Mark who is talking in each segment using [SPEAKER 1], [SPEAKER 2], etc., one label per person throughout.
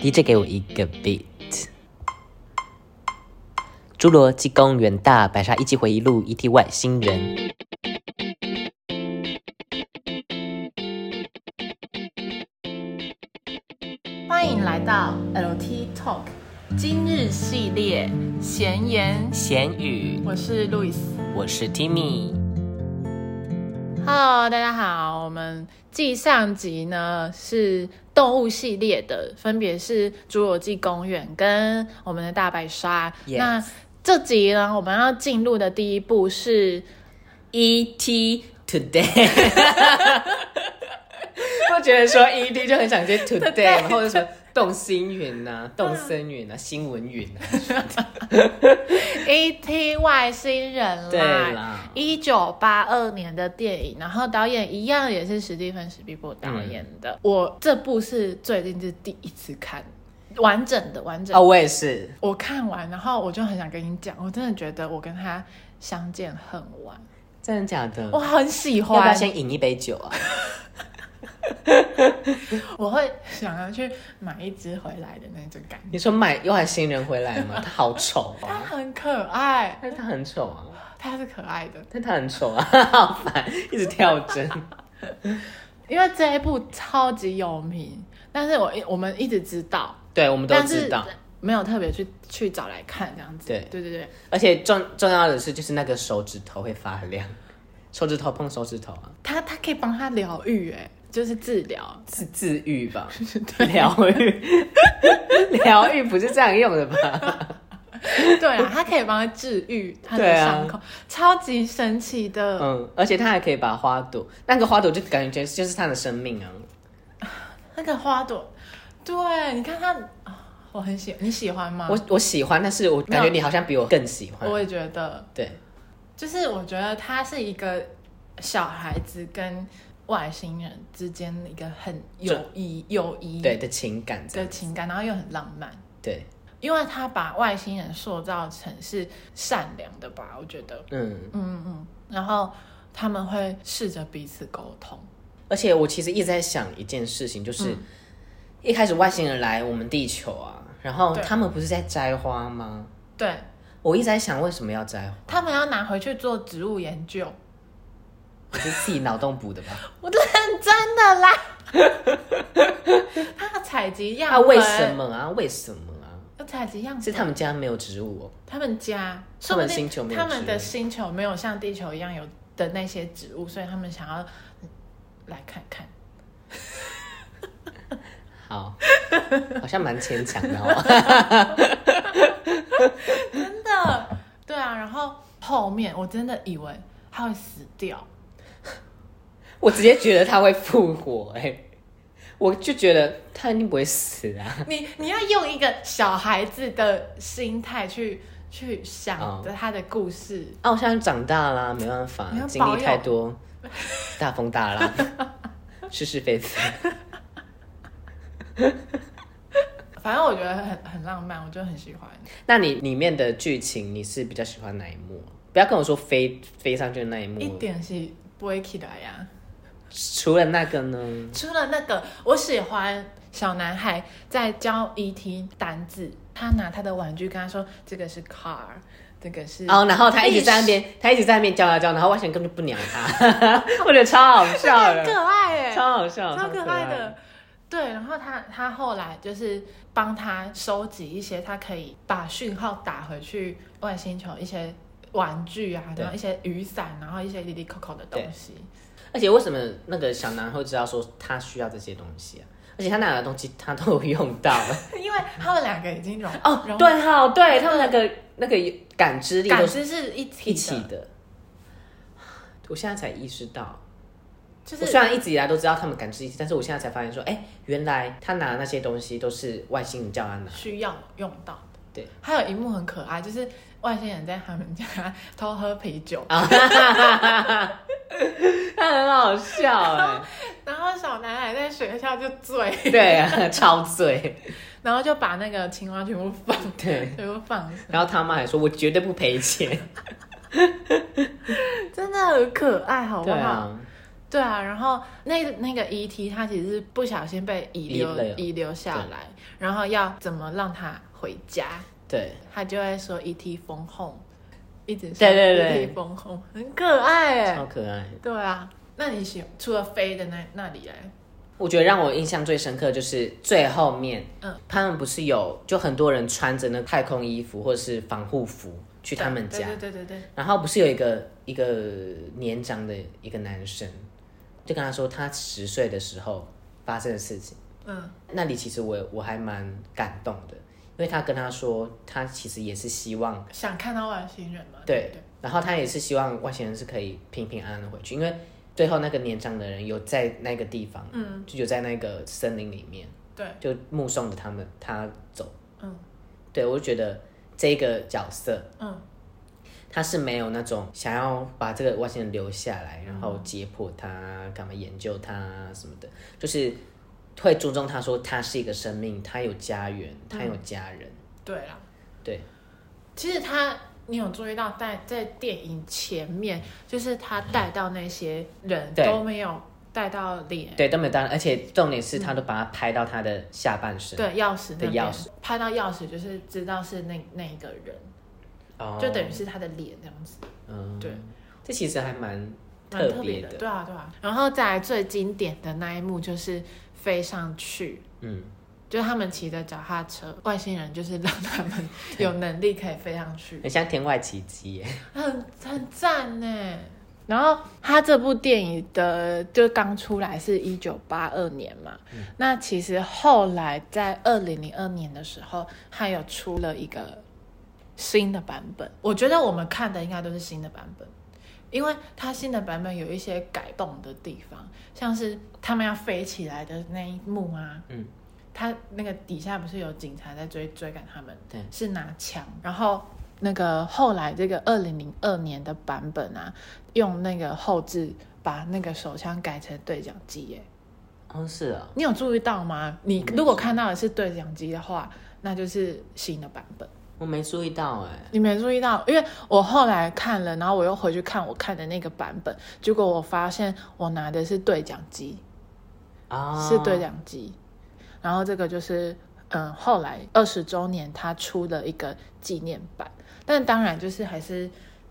[SPEAKER 1] DJ 给我一个 beat。侏罗纪公园大白鲨，一起回忆录，一 T 外星人。
[SPEAKER 2] 欢迎来到 LT Talk 今日系列闲言，
[SPEAKER 1] 咸鱼，
[SPEAKER 2] 我是路易斯。
[SPEAKER 1] 我是 Timmy。
[SPEAKER 2] Hello，大家好，我们继上集呢是动物系列的，分别是侏罗纪公园跟我们的大白鲨。
[SPEAKER 1] Yes
[SPEAKER 2] 那这集呢，我们要进入的第一步是，E
[SPEAKER 1] ET Today，我觉得说 ET 就很想 接 Today，或者说动心云呐、动森云呐、新闻云 啊。
[SPEAKER 2] E.T. 外星人
[SPEAKER 1] 对啦
[SPEAKER 2] 一九八二年的电影，然后导演一样也是史蒂芬史皮博导演的。
[SPEAKER 1] 嗯
[SPEAKER 2] 我这部是最近是第一次看完整的完整
[SPEAKER 1] 啊，
[SPEAKER 2] 的
[SPEAKER 1] 我也是，
[SPEAKER 2] 我看完，然后我就很想跟你讲，我真的觉得我跟他相见恨晚，
[SPEAKER 1] 真的假的？
[SPEAKER 2] 我很喜
[SPEAKER 1] 嗯要不要
[SPEAKER 2] 欢，
[SPEAKER 1] 先饮一杯酒啊？
[SPEAKER 2] 我会想要去买一只回来的那种感觉。
[SPEAKER 1] 你说买又喊新人回来吗？他好丑
[SPEAKER 2] 它
[SPEAKER 1] 啊！
[SPEAKER 2] 很可爱，
[SPEAKER 1] 但是他很丑啊，
[SPEAKER 2] 它是可爱的，
[SPEAKER 1] 但他很丑啊， 好烦，一直跳针。
[SPEAKER 2] 因为这一部超级有名，但是我一我们一直知道，
[SPEAKER 1] 对，我们都
[SPEAKER 2] 但
[SPEAKER 1] 知
[SPEAKER 2] 是
[SPEAKER 1] 道。
[SPEAKER 2] 没有特别去去找来看这样子。
[SPEAKER 1] 对
[SPEAKER 2] 对对对，
[SPEAKER 1] 而且重重要的是，就是那个手指头会发亮，手指头碰手指头啊，
[SPEAKER 2] 它它可以帮他疗愈，哎，就是治 疗。
[SPEAKER 1] 是自愈吧？疗愈， 疗愈不是这样用的吧？
[SPEAKER 2] 对啊，它可以帮他治愈他的
[SPEAKER 1] 对啊
[SPEAKER 2] 伤口，超级神奇的。
[SPEAKER 1] 嗯，而且它还可以把花朵，那个花朵就感觉就是它的生命啊。
[SPEAKER 2] 那个花朵，对，你看它，啊我很喜，你喜欢吗？
[SPEAKER 1] 我我喜欢，但是我感
[SPEAKER 2] 没
[SPEAKER 1] 觉
[SPEAKER 2] 有
[SPEAKER 1] 你好像比我更喜欢
[SPEAKER 2] 啊我。也觉得，
[SPEAKER 1] 对，
[SPEAKER 2] 就是我觉得它是一个小孩子跟外星人之间的一个很友谊友谊
[SPEAKER 1] 对的情感这
[SPEAKER 2] 的
[SPEAKER 1] 样，
[SPEAKER 2] 情感，然后又很浪漫，
[SPEAKER 1] 对，
[SPEAKER 2] 因为他把外星人塑造成是善良的吧，我觉得，
[SPEAKER 1] 嗯。
[SPEAKER 2] 嗯嗯，然后他们会试着彼此沟通，
[SPEAKER 1] 而且我其实一直在想一件事情，就是、一开始外星人来我们地球啊，然后
[SPEAKER 2] 对
[SPEAKER 1] 他们不是在摘花吗？
[SPEAKER 2] 对
[SPEAKER 1] 我一直在想为什么要摘花，
[SPEAKER 2] 他们要拿回去做植物研究，
[SPEAKER 1] 我是自己脑洞补的吧？
[SPEAKER 2] 我认真的啦。 他要采集样
[SPEAKER 1] 啊，
[SPEAKER 2] 本，
[SPEAKER 1] 为什？么啊？为什么啊？
[SPEAKER 2] 要采集样本，
[SPEAKER 1] 是他们家没有植物哦。
[SPEAKER 2] 他们家，
[SPEAKER 1] 他
[SPEAKER 2] 说
[SPEAKER 1] 们
[SPEAKER 2] 不定
[SPEAKER 1] 星球没有
[SPEAKER 2] 他们
[SPEAKER 1] 植
[SPEAKER 2] 的
[SPEAKER 1] 物
[SPEAKER 2] 星球没有像地球一样有的那些植物，所以他们想要嗯来看看。
[SPEAKER 1] 好， 好像蛮牵强的哦。
[SPEAKER 2] 真的，对啊。然后后面我真的以为他会死掉，
[SPEAKER 1] 我直接觉得他会复活哎、我就觉得他一定不会死 啊。
[SPEAKER 2] 你你要用一个小孩子的心态去去想
[SPEAKER 1] 哦
[SPEAKER 2] 着他的故事。
[SPEAKER 1] 啊，我现在长大啦，没办法
[SPEAKER 2] 你要，
[SPEAKER 1] 经
[SPEAKER 2] 保
[SPEAKER 1] 历
[SPEAKER 2] 佑
[SPEAKER 1] 太多大风大浪， 是是非非。
[SPEAKER 2] 反正我觉得很很浪漫，我就很喜欢。
[SPEAKER 1] 那你里面的剧情，你是比较喜欢哪一幕？不要跟我说飞飞上去的那一幕，
[SPEAKER 2] 一点是不会起来呀、
[SPEAKER 1] 除了那个呢？
[SPEAKER 2] 除了那个，我喜欢小男孩在教 E.T. 单字，他拿他的玩具跟他说：“这个是 car，这个是……”
[SPEAKER 1] 哦，然后他一
[SPEAKER 2] 哎
[SPEAKER 1] 直在那边，他一直在那边叫叫叫，然后外星人根本就不鸟他， 我觉得超好笑
[SPEAKER 2] 很可
[SPEAKER 1] 的，
[SPEAKER 2] 爱哎，
[SPEAKER 1] 超好笑，
[SPEAKER 2] 超可爱
[SPEAKER 1] 爱
[SPEAKER 2] 的。。对，然后他他后来就是帮他收集一些他可以把讯号打回去外星球一些玩具啊，
[SPEAKER 1] 对
[SPEAKER 2] 然后一些雨伞，然后一些 Lily Coco 的东西。
[SPEAKER 1] 而且为什么那个小男孩会知道说他需要这些东西啊？而且他拿的东西他都有用到了。
[SPEAKER 2] 因为他们两个已经融
[SPEAKER 1] 哦
[SPEAKER 2] 融，
[SPEAKER 1] 对哈，对他们那个那个感知力
[SPEAKER 2] 感
[SPEAKER 1] 都是
[SPEAKER 2] 知是一体
[SPEAKER 1] 一
[SPEAKER 2] 的
[SPEAKER 1] 起的。我现在才意识到，
[SPEAKER 2] 就
[SPEAKER 1] 我
[SPEAKER 2] 是
[SPEAKER 1] 虽然一直以来都知道他们感知意识，但是我现在才发现说，哎、原来他拿的那些东西都是外星人叫他拿。
[SPEAKER 2] 需要用到的。
[SPEAKER 1] 对，
[SPEAKER 2] 还有一幕很可爱，就是外星人在他们家偷喝啤 酒，
[SPEAKER 1] 他很好笑 哎、
[SPEAKER 2] 然后小男孩在学校就醉，
[SPEAKER 1] 对啊，超醉。
[SPEAKER 2] 然后就把那个青蛙全部放，
[SPEAKER 1] 对，
[SPEAKER 2] 全部放，
[SPEAKER 1] 然后他妈还说，我绝对不赔钱。
[SPEAKER 2] 真的很可爱，好不
[SPEAKER 1] 对
[SPEAKER 2] 好？
[SPEAKER 1] 啊，
[SPEAKER 2] 对啊，然后那那个遗体它其实是不小心被遗留
[SPEAKER 1] 遗留
[SPEAKER 2] 遗留下来，然后要怎么让它回家，
[SPEAKER 1] 对，
[SPEAKER 2] 他就会说 “ET 风控”，一直说
[SPEAKER 1] 对对对
[SPEAKER 2] “ET 风控”，很可爱
[SPEAKER 1] 超
[SPEAKER 2] 哎。
[SPEAKER 1] 可爱。
[SPEAKER 2] 对啊，那你喜除了飞的那那里哎，
[SPEAKER 1] 我觉得让我印象最深刻就是最后面，
[SPEAKER 2] 嗯
[SPEAKER 1] 他们不是有就很多人穿着那太空衣服或者是防护服去他们家，
[SPEAKER 2] 对对对对对，
[SPEAKER 1] 然后不是有一个一个年长的一个男生，就跟他说他十岁的时候发生的事情。
[SPEAKER 2] 嗯
[SPEAKER 1] 那里其实我我还蛮感动的，因为他跟他说他其实也是希望
[SPEAKER 2] 想看到外星人嘛？
[SPEAKER 1] 对
[SPEAKER 2] 不对，
[SPEAKER 1] 然后他也是希望外星人是可以平平安安的回去，因为最后那个年长的人有在那个地方，
[SPEAKER 2] 嗯，
[SPEAKER 1] 就有在那个森林里面，
[SPEAKER 2] 对，
[SPEAKER 1] 就目送着他们他走。
[SPEAKER 2] 嗯
[SPEAKER 1] 对我就觉得这个角色
[SPEAKER 2] 嗯
[SPEAKER 1] 他是没有那种想要把这个外星人留下来，然
[SPEAKER 2] 嗯
[SPEAKER 1] 后解剖他，干嘛研究他什么的，就是会注重他说他是一个生命，他有家园，他
[SPEAKER 2] 嗯
[SPEAKER 1] 有家人。
[SPEAKER 2] 对啦。
[SPEAKER 1] 对，
[SPEAKER 2] 其实他，你有注意到在在电影前面，就是他带到那些人
[SPEAKER 1] 对
[SPEAKER 2] 都没有带到脸，
[SPEAKER 1] 对，都没有当然，而且重点是他都把他拍到他的下半身，
[SPEAKER 2] 嗯对钥匙那
[SPEAKER 1] 的
[SPEAKER 2] 边
[SPEAKER 1] 钥匙
[SPEAKER 2] 拍到钥匙，就是知道是那那一个人，
[SPEAKER 1] 哦
[SPEAKER 2] 就等于是他的脸这样子，
[SPEAKER 1] 嗯，
[SPEAKER 2] 对，
[SPEAKER 1] 这其实还蛮
[SPEAKER 2] 蛮
[SPEAKER 1] 特别
[SPEAKER 2] 别
[SPEAKER 1] 的，
[SPEAKER 2] 对啊对啊。然后再来最经典的那一幕就是飞上去。
[SPEAKER 1] 嗯，
[SPEAKER 2] 就是他们骑着脚踏车，外星人就是让他们有能力可以飞上去，
[SPEAKER 1] 很像天外奇迹耶，
[SPEAKER 2] 很很赞呢。然后他这部电影的就刚出来是一九八二年嘛，那其实后来在二零零二年的时候，他有出了一个新的版本。我觉得我们看的应该都是新的版本，因为它新的版本有一些改动的地方，像是他们要飞起来的那一幕啊，
[SPEAKER 1] 嗯，
[SPEAKER 2] 他那个底下不是有警察在追追赶他们，
[SPEAKER 1] 对
[SPEAKER 2] 是拿枪，然后那个后来这个二零零二年的版本啊，用那个后置把那个手枪改成对讲机耶，
[SPEAKER 1] 哦，是啊，
[SPEAKER 2] 你有注意到吗？你如果看到的是对讲机的话，那就是新的版本。
[SPEAKER 1] 我没注意到哎，
[SPEAKER 2] 你没注意到，因为我后来看了，然后我又回去看我看的那个版本，结果我发现我拿的是对讲机，
[SPEAKER 1] 啊，
[SPEAKER 2] 是对讲机，然后这个就是嗯，后来二十周年他出了一个纪念版，但当然就是还是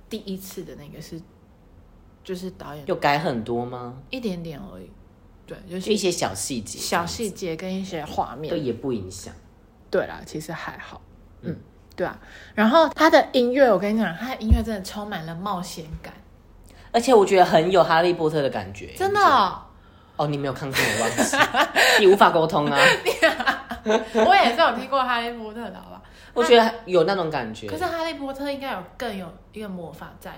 [SPEAKER 2] 第一次的那个是，就是导演
[SPEAKER 1] 有改很多吗？
[SPEAKER 2] 一点点而已，对，就
[SPEAKER 1] 就一
[SPEAKER 2] 是
[SPEAKER 1] 些小细节，
[SPEAKER 2] 小细节跟一些画
[SPEAKER 1] 都
[SPEAKER 2] 面，
[SPEAKER 1] 也不影响，
[SPEAKER 2] 对啦，其实还好，嗯，对啊，然后他的音乐，我跟你讲，他的音乐真的充满了冒险感。
[SPEAKER 1] 而且我觉得很有哈利波特的感觉，
[SPEAKER 2] 真
[SPEAKER 1] 你知
[SPEAKER 2] 的
[SPEAKER 1] 道吗
[SPEAKER 2] 哦、
[SPEAKER 1] 哦，你没有看过我忘记，你 无法沟通 啊，
[SPEAKER 2] 我也是有听过《哈利波特》的，好吧？
[SPEAKER 1] 我觉得有那种感觉，
[SPEAKER 2] 可是《哈利波特》应该有更有一个魔法在，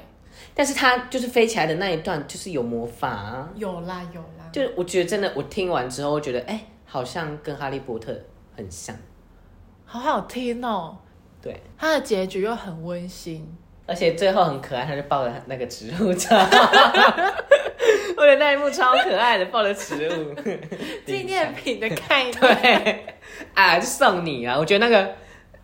[SPEAKER 1] 但是他就是飞起来的那一段就是有魔法啊，
[SPEAKER 2] 有啦有啦，
[SPEAKER 1] 就是我觉得真的，我听完之后我觉得哎、好像跟哈利波特很像，
[SPEAKER 2] 好好听哦。
[SPEAKER 1] 对。
[SPEAKER 2] 它的结局又很温 馨，
[SPEAKER 1] 而且最后很可爱，他就抱着那个植物 照， 我觉得那一幕超可爱的，抱着植物。
[SPEAKER 2] 纪念品的概 念。
[SPEAKER 1] 对，啊，就送你啊！我觉得那个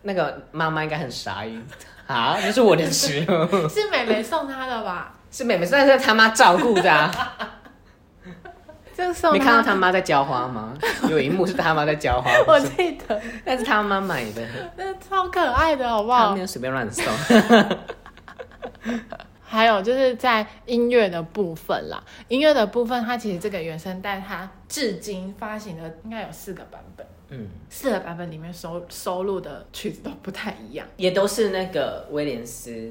[SPEAKER 1] 那个妈妈应该很傻眼啊，这是我的植物，
[SPEAKER 2] 是美美送他的吧？
[SPEAKER 1] 是妹妹，但是他妈照顾的、 啊。
[SPEAKER 2] 这送
[SPEAKER 1] 没看到
[SPEAKER 2] 他，
[SPEAKER 1] 他妈在浇花吗？有一幕是他妈在浇 花，
[SPEAKER 2] 我记得，
[SPEAKER 1] 但是他妈买的，
[SPEAKER 2] 那超可爱的，好不
[SPEAKER 1] 他
[SPEAKER 2] 好
[SPEAKER 1] 没？有随便乱送。
[SPEAKER 2] 还有就是在音乐的部分啦，音乐的部分，它其实这个原声带它至今发行的应该有四个版本，
[SPEAKER 1] 嗯，
[SPEAKER 2] 四个版本里面收收录的曲子都不太一样。
[SPEAKER 1] 也都是那个威廉斯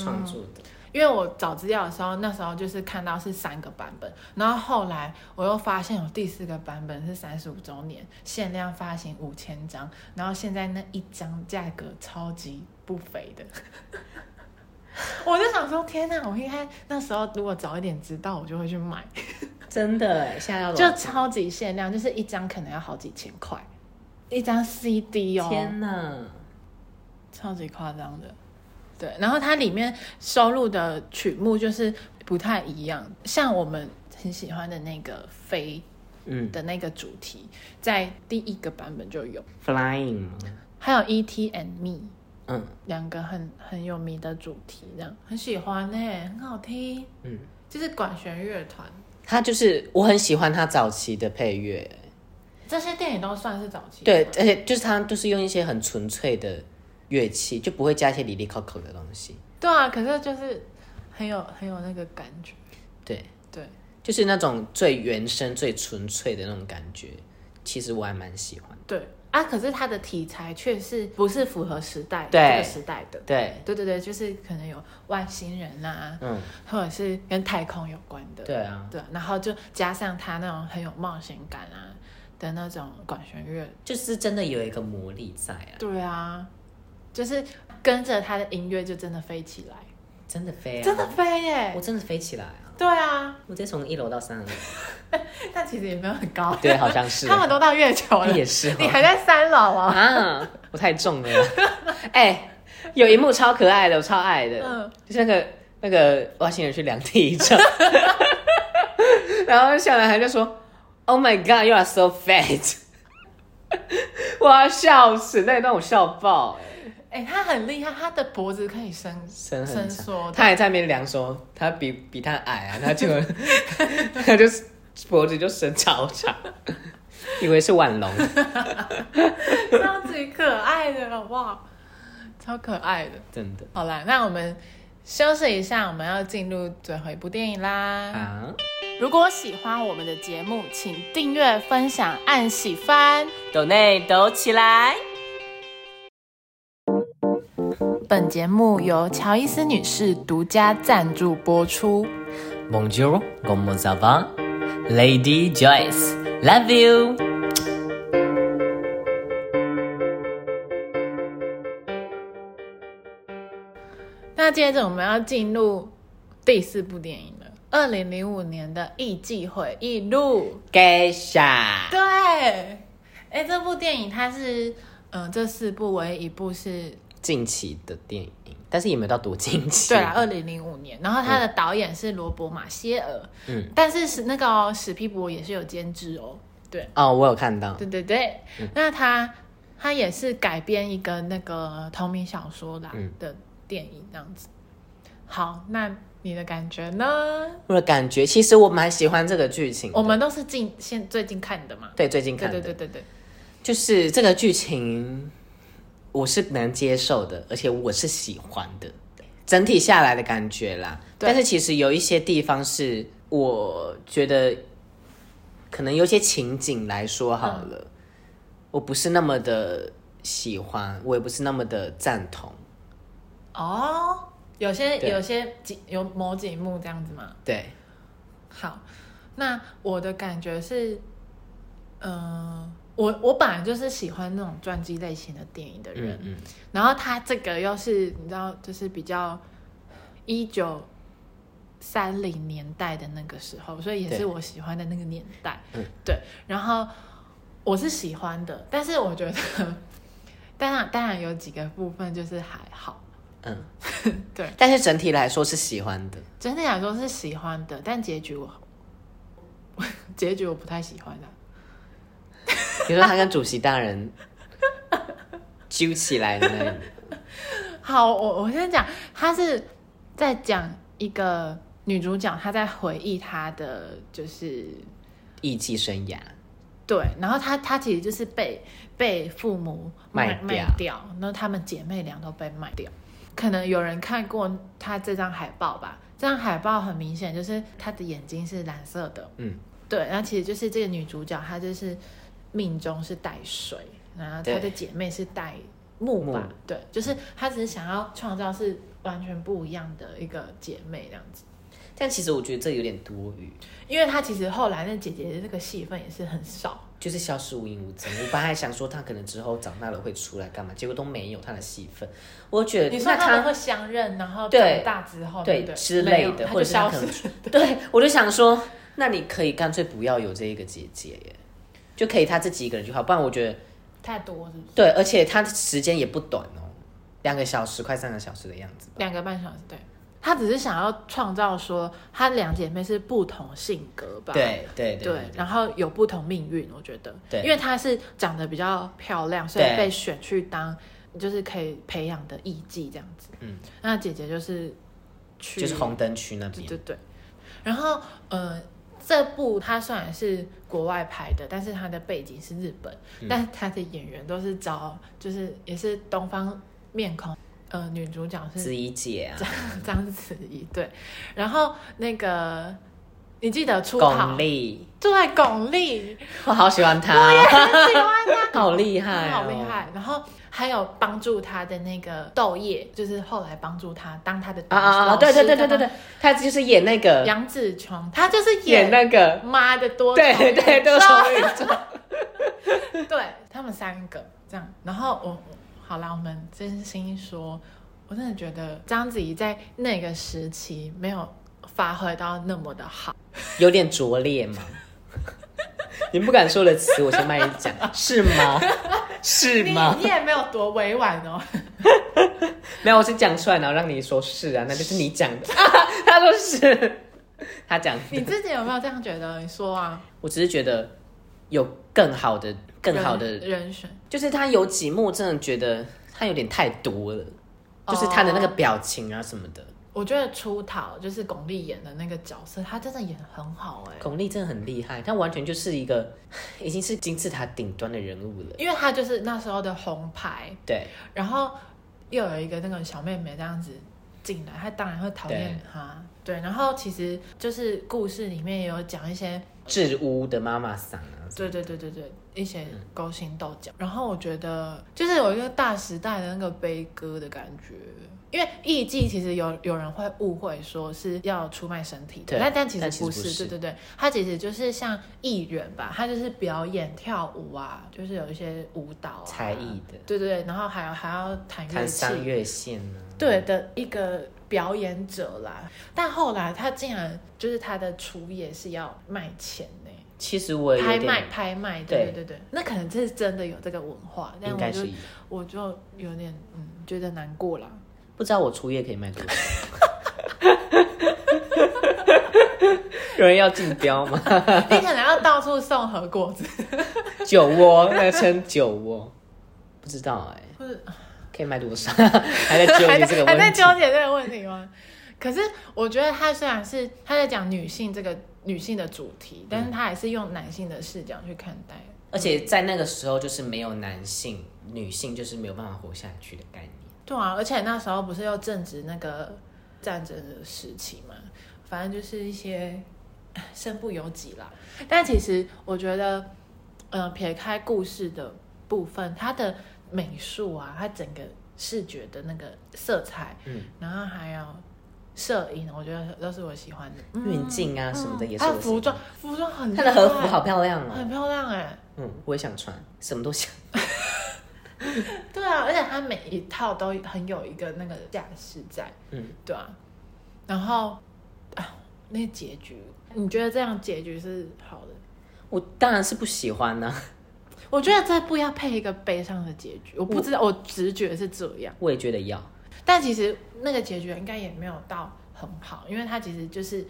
[SPEAKER 1] 创作的。
[SPEAKER 2] 因为我找资料的时候，那时候就是看到是三个版本，然后后来我又发现有第四个版本是三十五周年限量发行五千张，然后现在那一张价格超级不菲的。我就想说，天哪！我应该那时候如果早一点知道，我就会去买，
[SPEAKER 1] 真的哎，现在要多
[SPEAKER 2] 就
[SPEAKER 1] 少钱
[SPEAKER 2] 超级限量，就是一张可能要好几千块，一张 CD 哦。
[SPEAKER 1] 天哪！
[SPEAKER 2] 超级夸张的。对，然后它里面收录的曲目就是不太一样，像我们很喜欢的那个飞
[SPEAKER 1] 嗯
[SPEAKER 2] 的那个主题，在第一个版本就有，
[SPEAKER 1] ，Flying 吗？
[SPEAKER 2] 还有 E.T. and Me
[SPEAKER 1] 嗯
[SPEAKER 2] 两个很很有欸名的主题，这样很喜欢呢、很好听，
[SPEAKER 1] 嗯，
[SPEAKER 2] 就是管弦乐团。
[SPEAKER 1] 他就是我很喜欢他早期的配乐，
[SPEAKER 2] 这些电影都算是早期的
[SPEAKER 1] 对，
[SPEAKER 2] 吗
[SPEAKER 1] 而且就是他都是用一些很纯粹的乐器，就不会加一些里里扣扣的东西。
[SPEAKER 2] 对啊，可是就是很有很有那个感觉，
[SPEAKER 1] 对，
[SPEAKER 2] 对，
[SPEAKER 1] 就是那种最原生、最纯粹的那种感觉，其实我还蛮喜欢。
[SPEAKER 2] 对啊，可是它的题材却是不是符合时代
[SPEAKER 1] 对
[SPEAKER 2] 这个时代的？
[SPEAKER 1] 对，
[SPEAKER 2] 对对对，就是可能有外星人啊，
[SPEAKER 1] 嗯，
[SPEAKER 2] 或者是跟太空有关的，
[SPEAKER 1] 对啊，
[SPEAKER 2] 对，然后就加上它那种很有冒险感啊的那种管弦乐，
[SPEAKER 1] 就是真的有一个魔力在啊，
[SPEAKER 2] 对啊，就是跟着它的音乐就真的飞起来，
[SPEAKER 1] 真的飞啊，
[SPEAKER 2] 真的，飞
[SPEAKER 1] 我
[SPEAKER 2] 耶！
[SPEAKER 1] 真的飞起来啊，
[SPEAKER 2] 对啊，
[SPEAKER 1] 我直接从一楼到三楼，
[SPEAKER 2] 但其实也没有很高，
[SPEAKER 1] 对，好 像是，
[SPEAKER 2] 他们都到月球了，
[SPEAKER 1] 也是哦
[SPEAKER 2] 你还在三楼啊？
[SPEAKER 1] 啊， 我太重了， 哎、有一幕超可爱的，我超爱的，
[SPEAKER 2] 嗯
[SPEAKER 1] 就是那个那个外星人去量体重， 然后小男孩就说：“Oh my god, you are so fat！” 我要笑死，那一段我笑爆、哎
[SPEAKER 2] 哎、他很厉害，他的脖子可以伸
[SPEAKER 1] 伸很
[SPEAKER 2] 伸
[SPEAKER 1] 长，
[SPEAKER 2] 缩，
[SPEAKER 1] 哦他还在那边量说他比比他矮啊，他就 他就是脖子就伸超长，以为是婉龙，
[SPEAKER 2] 超级可爱的，好不好？超可爱的。
[SPEAKER 1] 真的
[SPEAKER 2] 好啦，那我们休息一下，我们要进入最后一部电影啦。
[SPEAKER 1] 啊，
[SPEAKER 2] 如果喜欢我们的节目，请订阅、分享、按喜欢。
[SPEAKER 1] 抖内抖起来，
[SPEAKER 2] 本节目由乔伊斯女士独家赞助播出。
[SPEAKER 1] Bonjour, comment ça va? Lady Joyce, love you.
[SPEAKER 2] 那接着我们要进入第四部电影了，二零零五年的《艺伎回忆录》。
[SPEAKER 1] Geisha，
[SPEAKER 2] 对，哎、这部电影它是，嗯、这四部唯一一部是，
[SPEAKER 1] 近期的电影，但是也没有到多近期。
[SPEAKER 2] 对啦，啊二零零五年，然后它的导演是罗伯马歇尔，
[SPEAKER 1] 嗯，
[SPEAKER 2] 但是是那个、哦、史皮博也是有监制哦，对，
[SPEAKER 1] 哦，我有看到，
[SPEAKER 2] 对对对，
[SPEAKER 1] 嗯
[SPEAKER 2] 那他他也是改编一个那个同名小说啦、
[SPEAKER 1] 嗯
[SPEAKER 2] 的电影这样子。好，那你的感觉呢？
[SPEAKER 1] 我的感觉其实我蛮喜欢这个剧情的。
[SPEAKER 2] 我们都是近现最近看的嘛，
[SPEAKER 1] 对最近
[SPEAKER 2] 对
[SPEAKER 1] 看的，
[SPEAKER 2] 对对对对，
[SPEAKER 1] 就是这个剧情，我是能接受的，而且我是喜欢的，整体下来的感觉啦。
[SPEAKER 2] 对
[SPEAKER 1] 但是其实有一些地方是我觉得，可能有些情景来说好了，我不是那么的喜欢，我也不是那么的赞同。
[SPEAKER 2] 哦，有些
[SPEAKER 1] 对
[SPEAKER 2] 有些几有某几幕这样子嘛，
[SPEAKER 1] 对，
[SPEAKER 2] 好，那我的感觉是，嗯、我我本来就是喜欢那种传记类型的电影的人
[SPEAKER 1] 嗯，嗯，
[SPEAKER 2] 然后他这个又是你知道，就是比较一九三零年代的那个时候，所以也
[SPEAKER 1] 对
[SPEAKER 2] 是我喜欢的那个年代。
[SPEAKER 1] 嗯
[SPEAKER 2] 对，然后我是喜欢的，但是我觉得，当然当然有几个部分就是还好，
[SPEAKER 1] 嗯，
[SPEAKER 2] 对，
[SPEAKER 1] 但是整体来说是喜欢的。
[SPEAKER 2] 整体来说是喜欢的，但结局我 结局我不太喜欢啊的、
[SPEAKER 1] 比如说他跟主席大人揪起来的那一幕
[SPEAKER 2] 好，我我先讲，他是在讲一个女主角，她在回忆她的就是
[SPEAKER 1] 艺伎生涯，
[SPEAKER 2] 对，然后她她其实就是被被父母卖
[SPEAKER 1] 卖掉
[SPEAKER 2] 掉，那她们姐妹俩都被卖掉。可能有人看过她这张海报吧？这张海报很明显就是她的眼睛是蓝色的，
[SPEAKER 1] 嗯。
[SPEAKER 2] 对，那其实就是这个女主角，她就是命中是带水，然后她的
[SPEAKER 1] 对
[SPEAKER 2] 姐妹是带木吧
[SPEAKER 1] 木，
[SPEAKER 2] 对，就是她只是想要创造是完全不一样的一个姐妹这样子。
[SPEAKER 1] 但其实我觉得这有点多余，
[SPEAKER 2] 因为她其实后来那姐姐的这个戏份也是很少，
[SPEAKER 1] 就是消失无影无踪。我本来还想说他可能之后长大了会出来干嘛，结果都没有他的戏份。我觉得
[SPEAKER 2] 你说
[SPEAKER 1] 那
[SPEAKER 2] 他们
[SPEAKER 1] 他
[SPEAKER 2] 会相认，然后
[SPEAKER 1] 对
[SPEAKER 2] 长大之后，
[SPEAKER 1] 对
[SPEAKER 2] 不对
[SPEAKER 1] 之
[SPEAKER 2] 没
[SPEAKER 1] 类
[SPEAKER 2] 有
[SPEAKER 1] 的，
[SPEAKER 2] 她
[SPEAKER 1] 或者
[SPEAKER 2] 就
[SPEAKER 1] 是他
[SPEAKER 2] 消
[SPEAKER 1] 可
[SPEAKER 2] 失
[SPEAKER 1] 能， 对我就想说，那你可以干脆不要有这一个姐姐耶，就可以他自己一个人就好。不然我觉得
[SPEAKER 2] 太多是不是？
[SPEAKER 1] 对，而且他的时间也不短哦，两个小时快三个小时的样子吧。
[SPEAKER 2] 两个半小时，对。她只是想要创造说，她两姐妹是不同性格吧？
[SPEAKER 1] 对对对
[SPEAKER 2] 对，然后有不同命运，我觉得，
[SPEAKER 1] 对
[SPEAKER 2] 因为她是长得比较漂亮，所以
[SPEAKER 1] 对
[SPEAKER 2] 被选去当就是可以培养的艺妓这样子。
[SPEAKER 1] 嗯，
[SPEAKER 2] 那姐姐就是去
[SPEAKER 1] 就是红灯区那边
[SPEAKER 2] 对，对对，然后呃，这部它虽然是国外拍的，但是它的背景是日本，
[SPEAKER 1] 嗯
[SPEAKER 2] 但它的演员都是找就是也是东方面孔，呃，女主角是
[SPEAKER 1] 子怡姐啊，
[SPEAKER 2] 章 章子怡对，然后那个你记得出逃
[SPEAKER 1] 巩 俐，
[SPEAKER 2] 对巩俐，
[SPEAKER 1] 我好喜欢她哦，，
[SPEAKER 2] 很喜欢她
[SPEAKER 1] 好厉害、哦，
[SPEAKER 2] 好厉，害。然后还有帮助她的那个豆叶，就是后来帮助她当她的
[SPEAKER 1] 啊啊啊！
[SPEAKER 2] 老师
[SPEAKER 1] 对对对对对
[SPEAKER 2] 的
[SPEAKER 1] 对，她就是演那个
[SPEAKER 2] 那杨紫琼，她就是
[SPEAKER 1] 演那个，
[SPEAKER 2] 妈的多重
[SPEAKER 1] 对对对，都是双
[SPEAKER 2] 宇
[SPEAKER 1] 宇
[SPEAKER 2] 宙
[SPEAKER 1] 宙，
[SPEAKER 2] 对他们三个这样。然后我好啦，我们真心说，我真的觉得章子怡在那个时期没有发挥到那么的好。
[SPEAKER 1] 有点拙劣 嘛。你不敢说的词，我先帮你 讲，是吗？是
[SPEAKER 2] 你
[SPEAKER 1] 吗
[SPEAKER 2] 你？也没有多委婉哦，
[SPEAKER 1] 没有，我是讲出来，然后让你说是啊，那就是你讲的。啊、 他说是，他讲
[SPEAKER 2] 你
[SPEAKER 1] 的。
[SPEAKER 2] 自己有没有这样觉得？你说啊，
[SPEAKER 1] 我只是觉得有更好的、更好
[SPEAKER 2] 人
[SPEAKER 1] 的，
[SPEAKER 2] 人选，
[SPEAKER 1] 就是他有几幕真的觉得他有点太多了，就是他的那
[SPEAKER 2] 哦
[SPEAKER 1] 个表情啊什么的。
[SPEAKER 2] 我觉得出逃就是巩俐演的那个角色，她真的演得很好哎、
[SPEAKER 1] 巩俐真的很厉害，她完全就是一个已经是金字塔顶端的人物了。
[SPEAKER 2] 因为她就是那时候的红牌，
[SPEAKER 1] 对，
[SPEAKER 2] 然后又有一个那个小妹妹这样子进来，她当然会讨厌她。对，然后其实就是故事里面也有讲一些，
[SPEAKER 1] 智屋的妈妈桑啊，
[SPEAKER 2] 对对对对对，一些勾心斗角。然后我觉得就是有一个大时代的那个悲歌的感觉，因为艺妓其实有有人会误会说是要出卖身体的，
[SPEAKER 1] 对
[SPEAKER 2] 但但其
[SPEAKER 1] 但
[SPEAKER 2] 实
[SPEAKER 1] 其实
[SPEAKER 2] 不
[SPEAKER 1] 不
[SPEAKER 2] 是，
[SPEAKER 1] 是
[SPEAKER 2] 对对对，它其实就是像艺人吧，它就是表演跳舞啊，就是有一些舞蹈、啊、
[SPEAKER 1] 才艺的，
[SPEAKER 2] 对对对，然后还要还要弹乐
[SPEAKER 1] 弹
[SPEAKER 2] 器，
[SPEAKER 1] 三月线呢、啊，
[SPEAKER 2] 对的一个表演者啦。但后来他竟然就是他的厨也是要卖钱呢、
[SPEAKER 1] 其实我也
[SPEAKER 2] 拍
[SPEAKER 1] 有
[SPEAKER 2] 卖
[SPEAKER 1] 点
[SPEAKER 2] 拍卖，
[SPEAKER 1] 对
[SPEAKER 2] 对对对对，那可能这是真的有这个文化，但
[SPEAKER 1] 应
[SPEAKER 2] 我
[SPEAKER 1] 该
[SPEAKER 2] 就是我就有点嗯觉得难过啦。
[SPEAKER 1] 不知道我初夜可以卖多少。 有人要竞标吗？
[SPEAKER 2] 你可能要到处送和果子，
[SPEAKER 1] 酒窝，那称酒窝，不知道哎、
[SPEAKER 2] 或者
[SPEAKER 1] 可以卖多少？ 还在纠
[SPEAKER 2] 还
[SPEAKER 1] 结
[SPEAKER 2] 在
[SPEAKER 1] 这个
[SPEAKER 2] 还在
[SPEAKER 1] 问题。
[SPEAKER 2] 纠结这个问题吗？可是我觉得他虽然是他在讲女性这个女性的主题，但是他还是用男性的视角去看待。
[SPEAKER 1] 而且在那个时候，就是没有男性、女性，就是没有办法活下去的概念。
[SPEAKER 2] 对啊，而且那时候不是又正值那个战争的时期嘛，反正就是一些唉身不由己啦。但其实我觉得，呃，撇开故事的部分，它的美术啊，它整个视觉的那个色彩，
[SPEAKER 1] 嗯，
[SPEAKER 2] 然后还有摄影，我觉得都是我喜欢的。嗯
[SPEAKER 1] 运镜啊什么的也是
[SPEAKER 2] 还
[SPEAKER 1] 我
[SPEAKER 2] 有
[SPEAKER 1] 喜欢
[SPEAKER 2] 服装，服装很
[SPEAKER 1] 她的和服
[SPEAKER 2] 厉害
[SPEAKER 1] 好漂亮哦
[SPEAKER 2] 很，漂亮哎、
[SPEAKER 1] 嗯，我也想穿，什么都想。
[SPEAKER 2] 对啊，而且它每一套都很有一个那个架势在，
[SPEAKER 1] 嗯，
[SPEAKER 2] 对啊。然后啊，那结局，你觉得这样结局是好的？
[SPEAKER 1] 我当然是不喜欢呢、啊
[SPEAKER 2] 我觉得这部要配一个悲伤的结局，我不知道，我直觉是这样，
[SPEAKER 1] 我也觉得要。
[SPEAKER 2] 但其实那个结局应该也没有到很好，因为它其实就是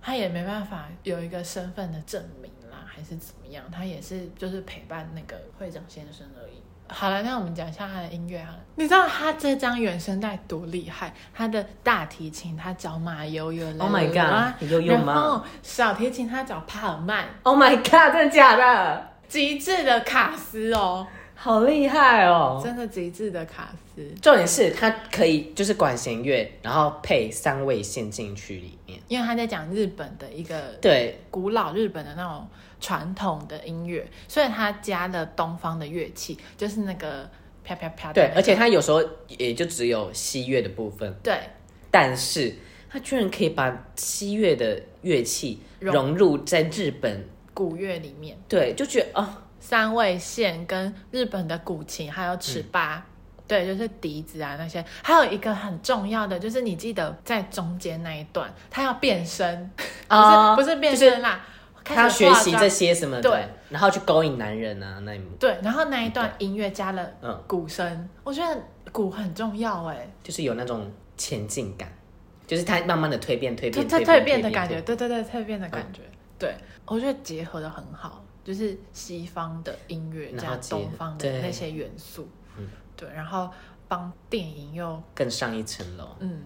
[SPEAKER 2] 他也没办法有一个身份的证明啦，还是怎么样，他也是就是陪伴那个会长先生而已。好了，那我们讲一下他的音乐好啊了。你知道他这张原声带多厉害？他的大提琴他找马友友
[SPEAKER 1] Oh my god，你又用
[SPEAKER 2] 然
[SPEAKER 1] 吗
[SPEAKER 2] 后小提琴他找帕尔曼，
[SPEAKER 1] ？Oh my god，真的假的？
[SPEAKER 2] 极致的卡斯哦，
[SPEAKER 1] 好厉害哦！
[SPEAKER 2] 真的极致的卡斯。
[SPEAKER 1] 重点是他可以就是管弦乐，然后配三位线进去里面。
[SPEAKER 2] 因为他在讲日本的一个
[SPEAKER 1] 对，
[SPEAKER 2] 古老日本的那种传统的音乐，所以他加了东方的乐器，就是那个啪啪啪的
[SPEAKER 1] 对
[SPEAKER 2] 那，个
[SPEAKER 1] 而且他有时候也就只有西乐的部分，
[SPEAKER 2] 对
[SPEAKER 1] 但是他居然可以把西乐的乐器
[SPEAKER 2] 融
[SPEAKER 1] 融入在日本，
[SPEAKER 2] 古乐里面，
[SPEAKER 1] 对，就觉得哦，
[SPEAKER 2] 三味线跟日本的古琴还有尺八。
[SPEAKER 1] 嗯
[SPEAKER 2] 对，就是笛子啊那些，还有一个很重要的就是你记得在中间那一段，他要变身，
[SPEAKER 1] 哦
[SPEAKER 2] 不是不是变身啦，开始
[SPEAKER 1] 他学习
[SPEAKER 2] 化妆
[SPEAKER 1] 这些什么的，
[SPEAKER 2] 对，
[SPEAKER 1] 然后去勾引男人啊那一幕，
[SPEAKER 2] 对，然后那一段音乐加了
[SPEAKER 1] 嗯，
[SPEAKER 2] 鼓声，我觉得鼓很重要哎、
[SPEAKER 1] 就是有那种前进感，就是他慢慢的蜕变、嗯蜕
[SPEAKER 2] 蜕
[SPEAKER 1] 变、
[SPEAKER 2] 蜕蜕
[SPEAKER 1] 蜕
[SPEAKER 2] 变的感
[SPEAKER 1] 蜕
[SPEAKER 2] 觉，对对对，蜕变的感觉，对我觉得结合的很好，就是西方的音乐
[SPEAKER 1] 然
[SPEAKER 2] 加
[SPEAKER 1] 后结合
[SPEAKER 2] 东方的
[SPEAKER 1] 对嗯
[SPEAKER 2] 那些元素，对，然后帮电影又
[SPEAKER 1] 更上一层楼。
[SPEAKER 2] 嗯，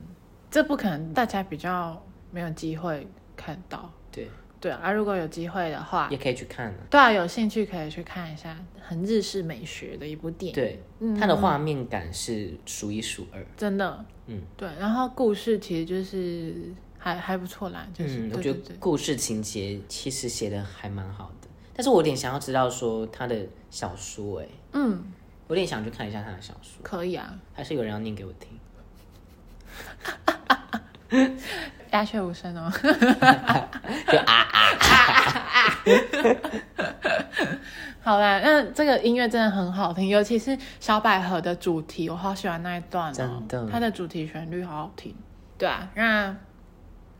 [SPEAKER 2] 这不可能大家比较没有机会看到，
[SPEAKER 1] 对，
[SPEAKER 2] 对啊，如果有机会的话，
[SPEAKER 1] 也可以去看、啊。
[SPEAKER 2] 对啊，有兴趣可以去看一下，很日式美学的一部电影。
[SPEAKER 1] 对，
[SPEAKER 2] 嗯
[SPEAKER 1] 它的画面感是数一数二。
[SPEAKER 2] 真的，
[SPEAKER 1] 嗯，
[SPEAKER 2] 对。然后故事其实就是还还不错啦，就是、
[SPEAKER 1] 嗯，
[SPEAKER 2] 对
[SPEAKER 1] 我觉得
[SPEAKER 2] 对对
[SPEAKER 1] 故事情节其实写的还蛮好的，但是我有点想要知道说他的小说、欸，哎，
[SPEAKER 2] 嗯，
[SPEAKER 1] 有点想去看一下他的小说，
[SPEAKER 2] 可以啊，
[SPEAKER 1] 还是有人要念给我听？
[SPEAKER 2] 鸦雀无 声哦。
[SPEAKER 1] 就啊啊，
[SPEAKER 2] 好啦，那这个音乐真的很好听，尤其是小百合的主题，我好喜欢那一段哦
[SPEAKER 1] 真，的
[SPEAKER 2] 它的主题旋律好好听。对啊，那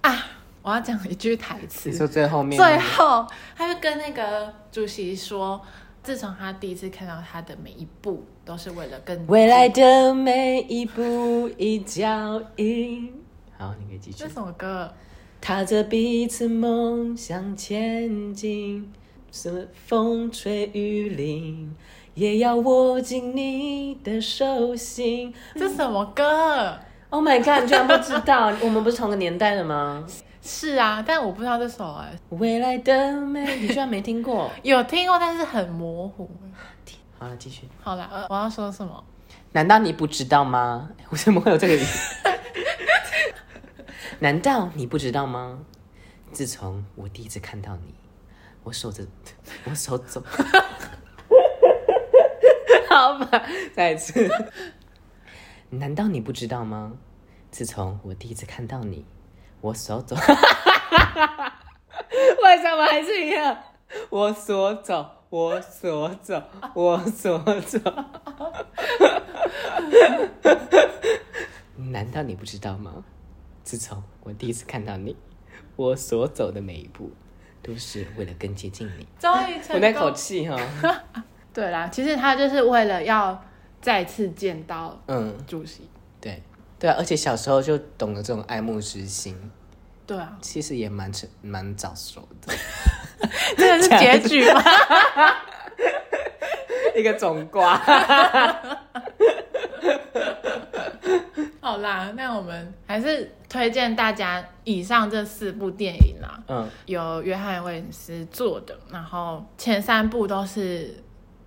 [SPEAKER 2] 啊，我要讲一句台词
[SPEAKER 1] 你，说最后面
[SPEAKER 2] 最后，他就跟那个主席说，自从他第一次看到他的每一步，都是为了更
[SPEAKER 1] 未来的每一步一脚印。好，你可以继续
[SPEAKER 2] 这。首歌，
[SPEAKER 1] 踏着彼此梦想前进，什么风吹雨淋，也要握紧你的手心。
[SPEAKER 2] 这什么歌？
[SPEAKER 1] Oh my god！你居然不知 道，我们不是同个年代的吗？
[SPEAKER 2] 是啊，但我不知道这首哎、
[SPEAKER 1] 未来的美，你居然没听过？
[SPEAKER 2] 有听过，但是很模糊。
[SPEAKER 1] 好了，继续。
[SPEAKER 2] 好啦，呃，我要说什么？
[SPEAKER 1] 难道你不知道吗？为什么会有这个语？ 难道你不知道吗？自从我第一次看到你，我手着，我手走， 好吧，再一次。难道你不知道吗？自从我第一次看到你，我手走， 为什么还是一样？我所走，我所走，我所走。难道你不知道吗？自从我第一次看到你，我所走的每一步，都是为了更接近你。
[SPEAKER 2] 终于
[SPEAKER 1] 我
[SPEAKER 2] 成
[SPEAKER 1] 那口
[SPEAKER 2] 功。
[SPEAKER 1] 气哈，
[SPEAKER 2] 对啦，其实他就是为了要再次见到
[SPEAKER 1] 嗯，
[SPEAKER 2] 主席。
[SPEAKER 1] 对，对啊，而且小时候就懂得这种爱慕之心，
[SPEAKER 2] 对啊，
[SPEAKER 1] 其实也蛮成蛮早熟的，
[SPEAKER 2] 这个是结局吗？
[SPEAKER 1] 一个种瓜。
[SPEAKER 2] 好啦，那我们还是推荐大家以上这四部电影啦。
[SPEAKER 1] 嗯，
[SPEAKER 2] 由约翰威廉斯做的，然后前三部都是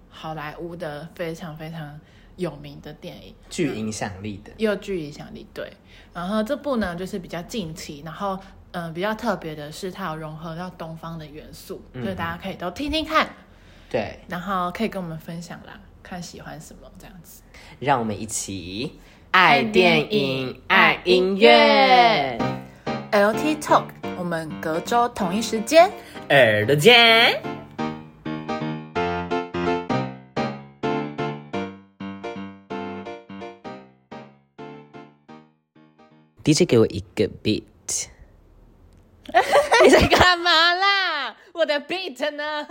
[SPEAKER 2] 好莱坞的非常非常有名的电影，
[SPEAKER 1] 具影响力的，
[SPEAKER 2] 又具影响力。对，然后这部呢就是比较近期，然后嗯、呃比较特别的是它有融合到东方的元素，所以大家可以都听听看，
[SPEAKER 1] 对，
[SPEAKER 2] 然后可以跟我们分享啦，看喜欢什么这样子。
[SPEAKER 1] 让我们一起
[SPEAKER 2] 爱
[SPEAKER 1] 爱
[SPEAKER 2] 电
[SPEAKER 1] 电
[SPEAKER 2] 影
[SPEAKER 1] 影，
[SPEAKER 2] 爱
[SPEAKER 1] 爱
[SPEAKER 2] 音
[SPEAKER 1] 音
[SPEAKER 2] 乐
[SPEAKER 1] 乐。
[SPEAKER 2] LT Talk，我们隔周同一时间
[SPEAKER 1] 耳朵尖。DJ 给我一个 beat，
[SPEAKER 2] 你在干嘛啦？我的 beat 呢？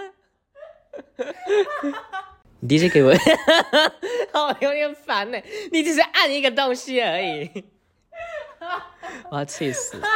[SPEAKER 1] DJ 给 我，好有点 烦呢。你只是按一个东西而已，我要气死了。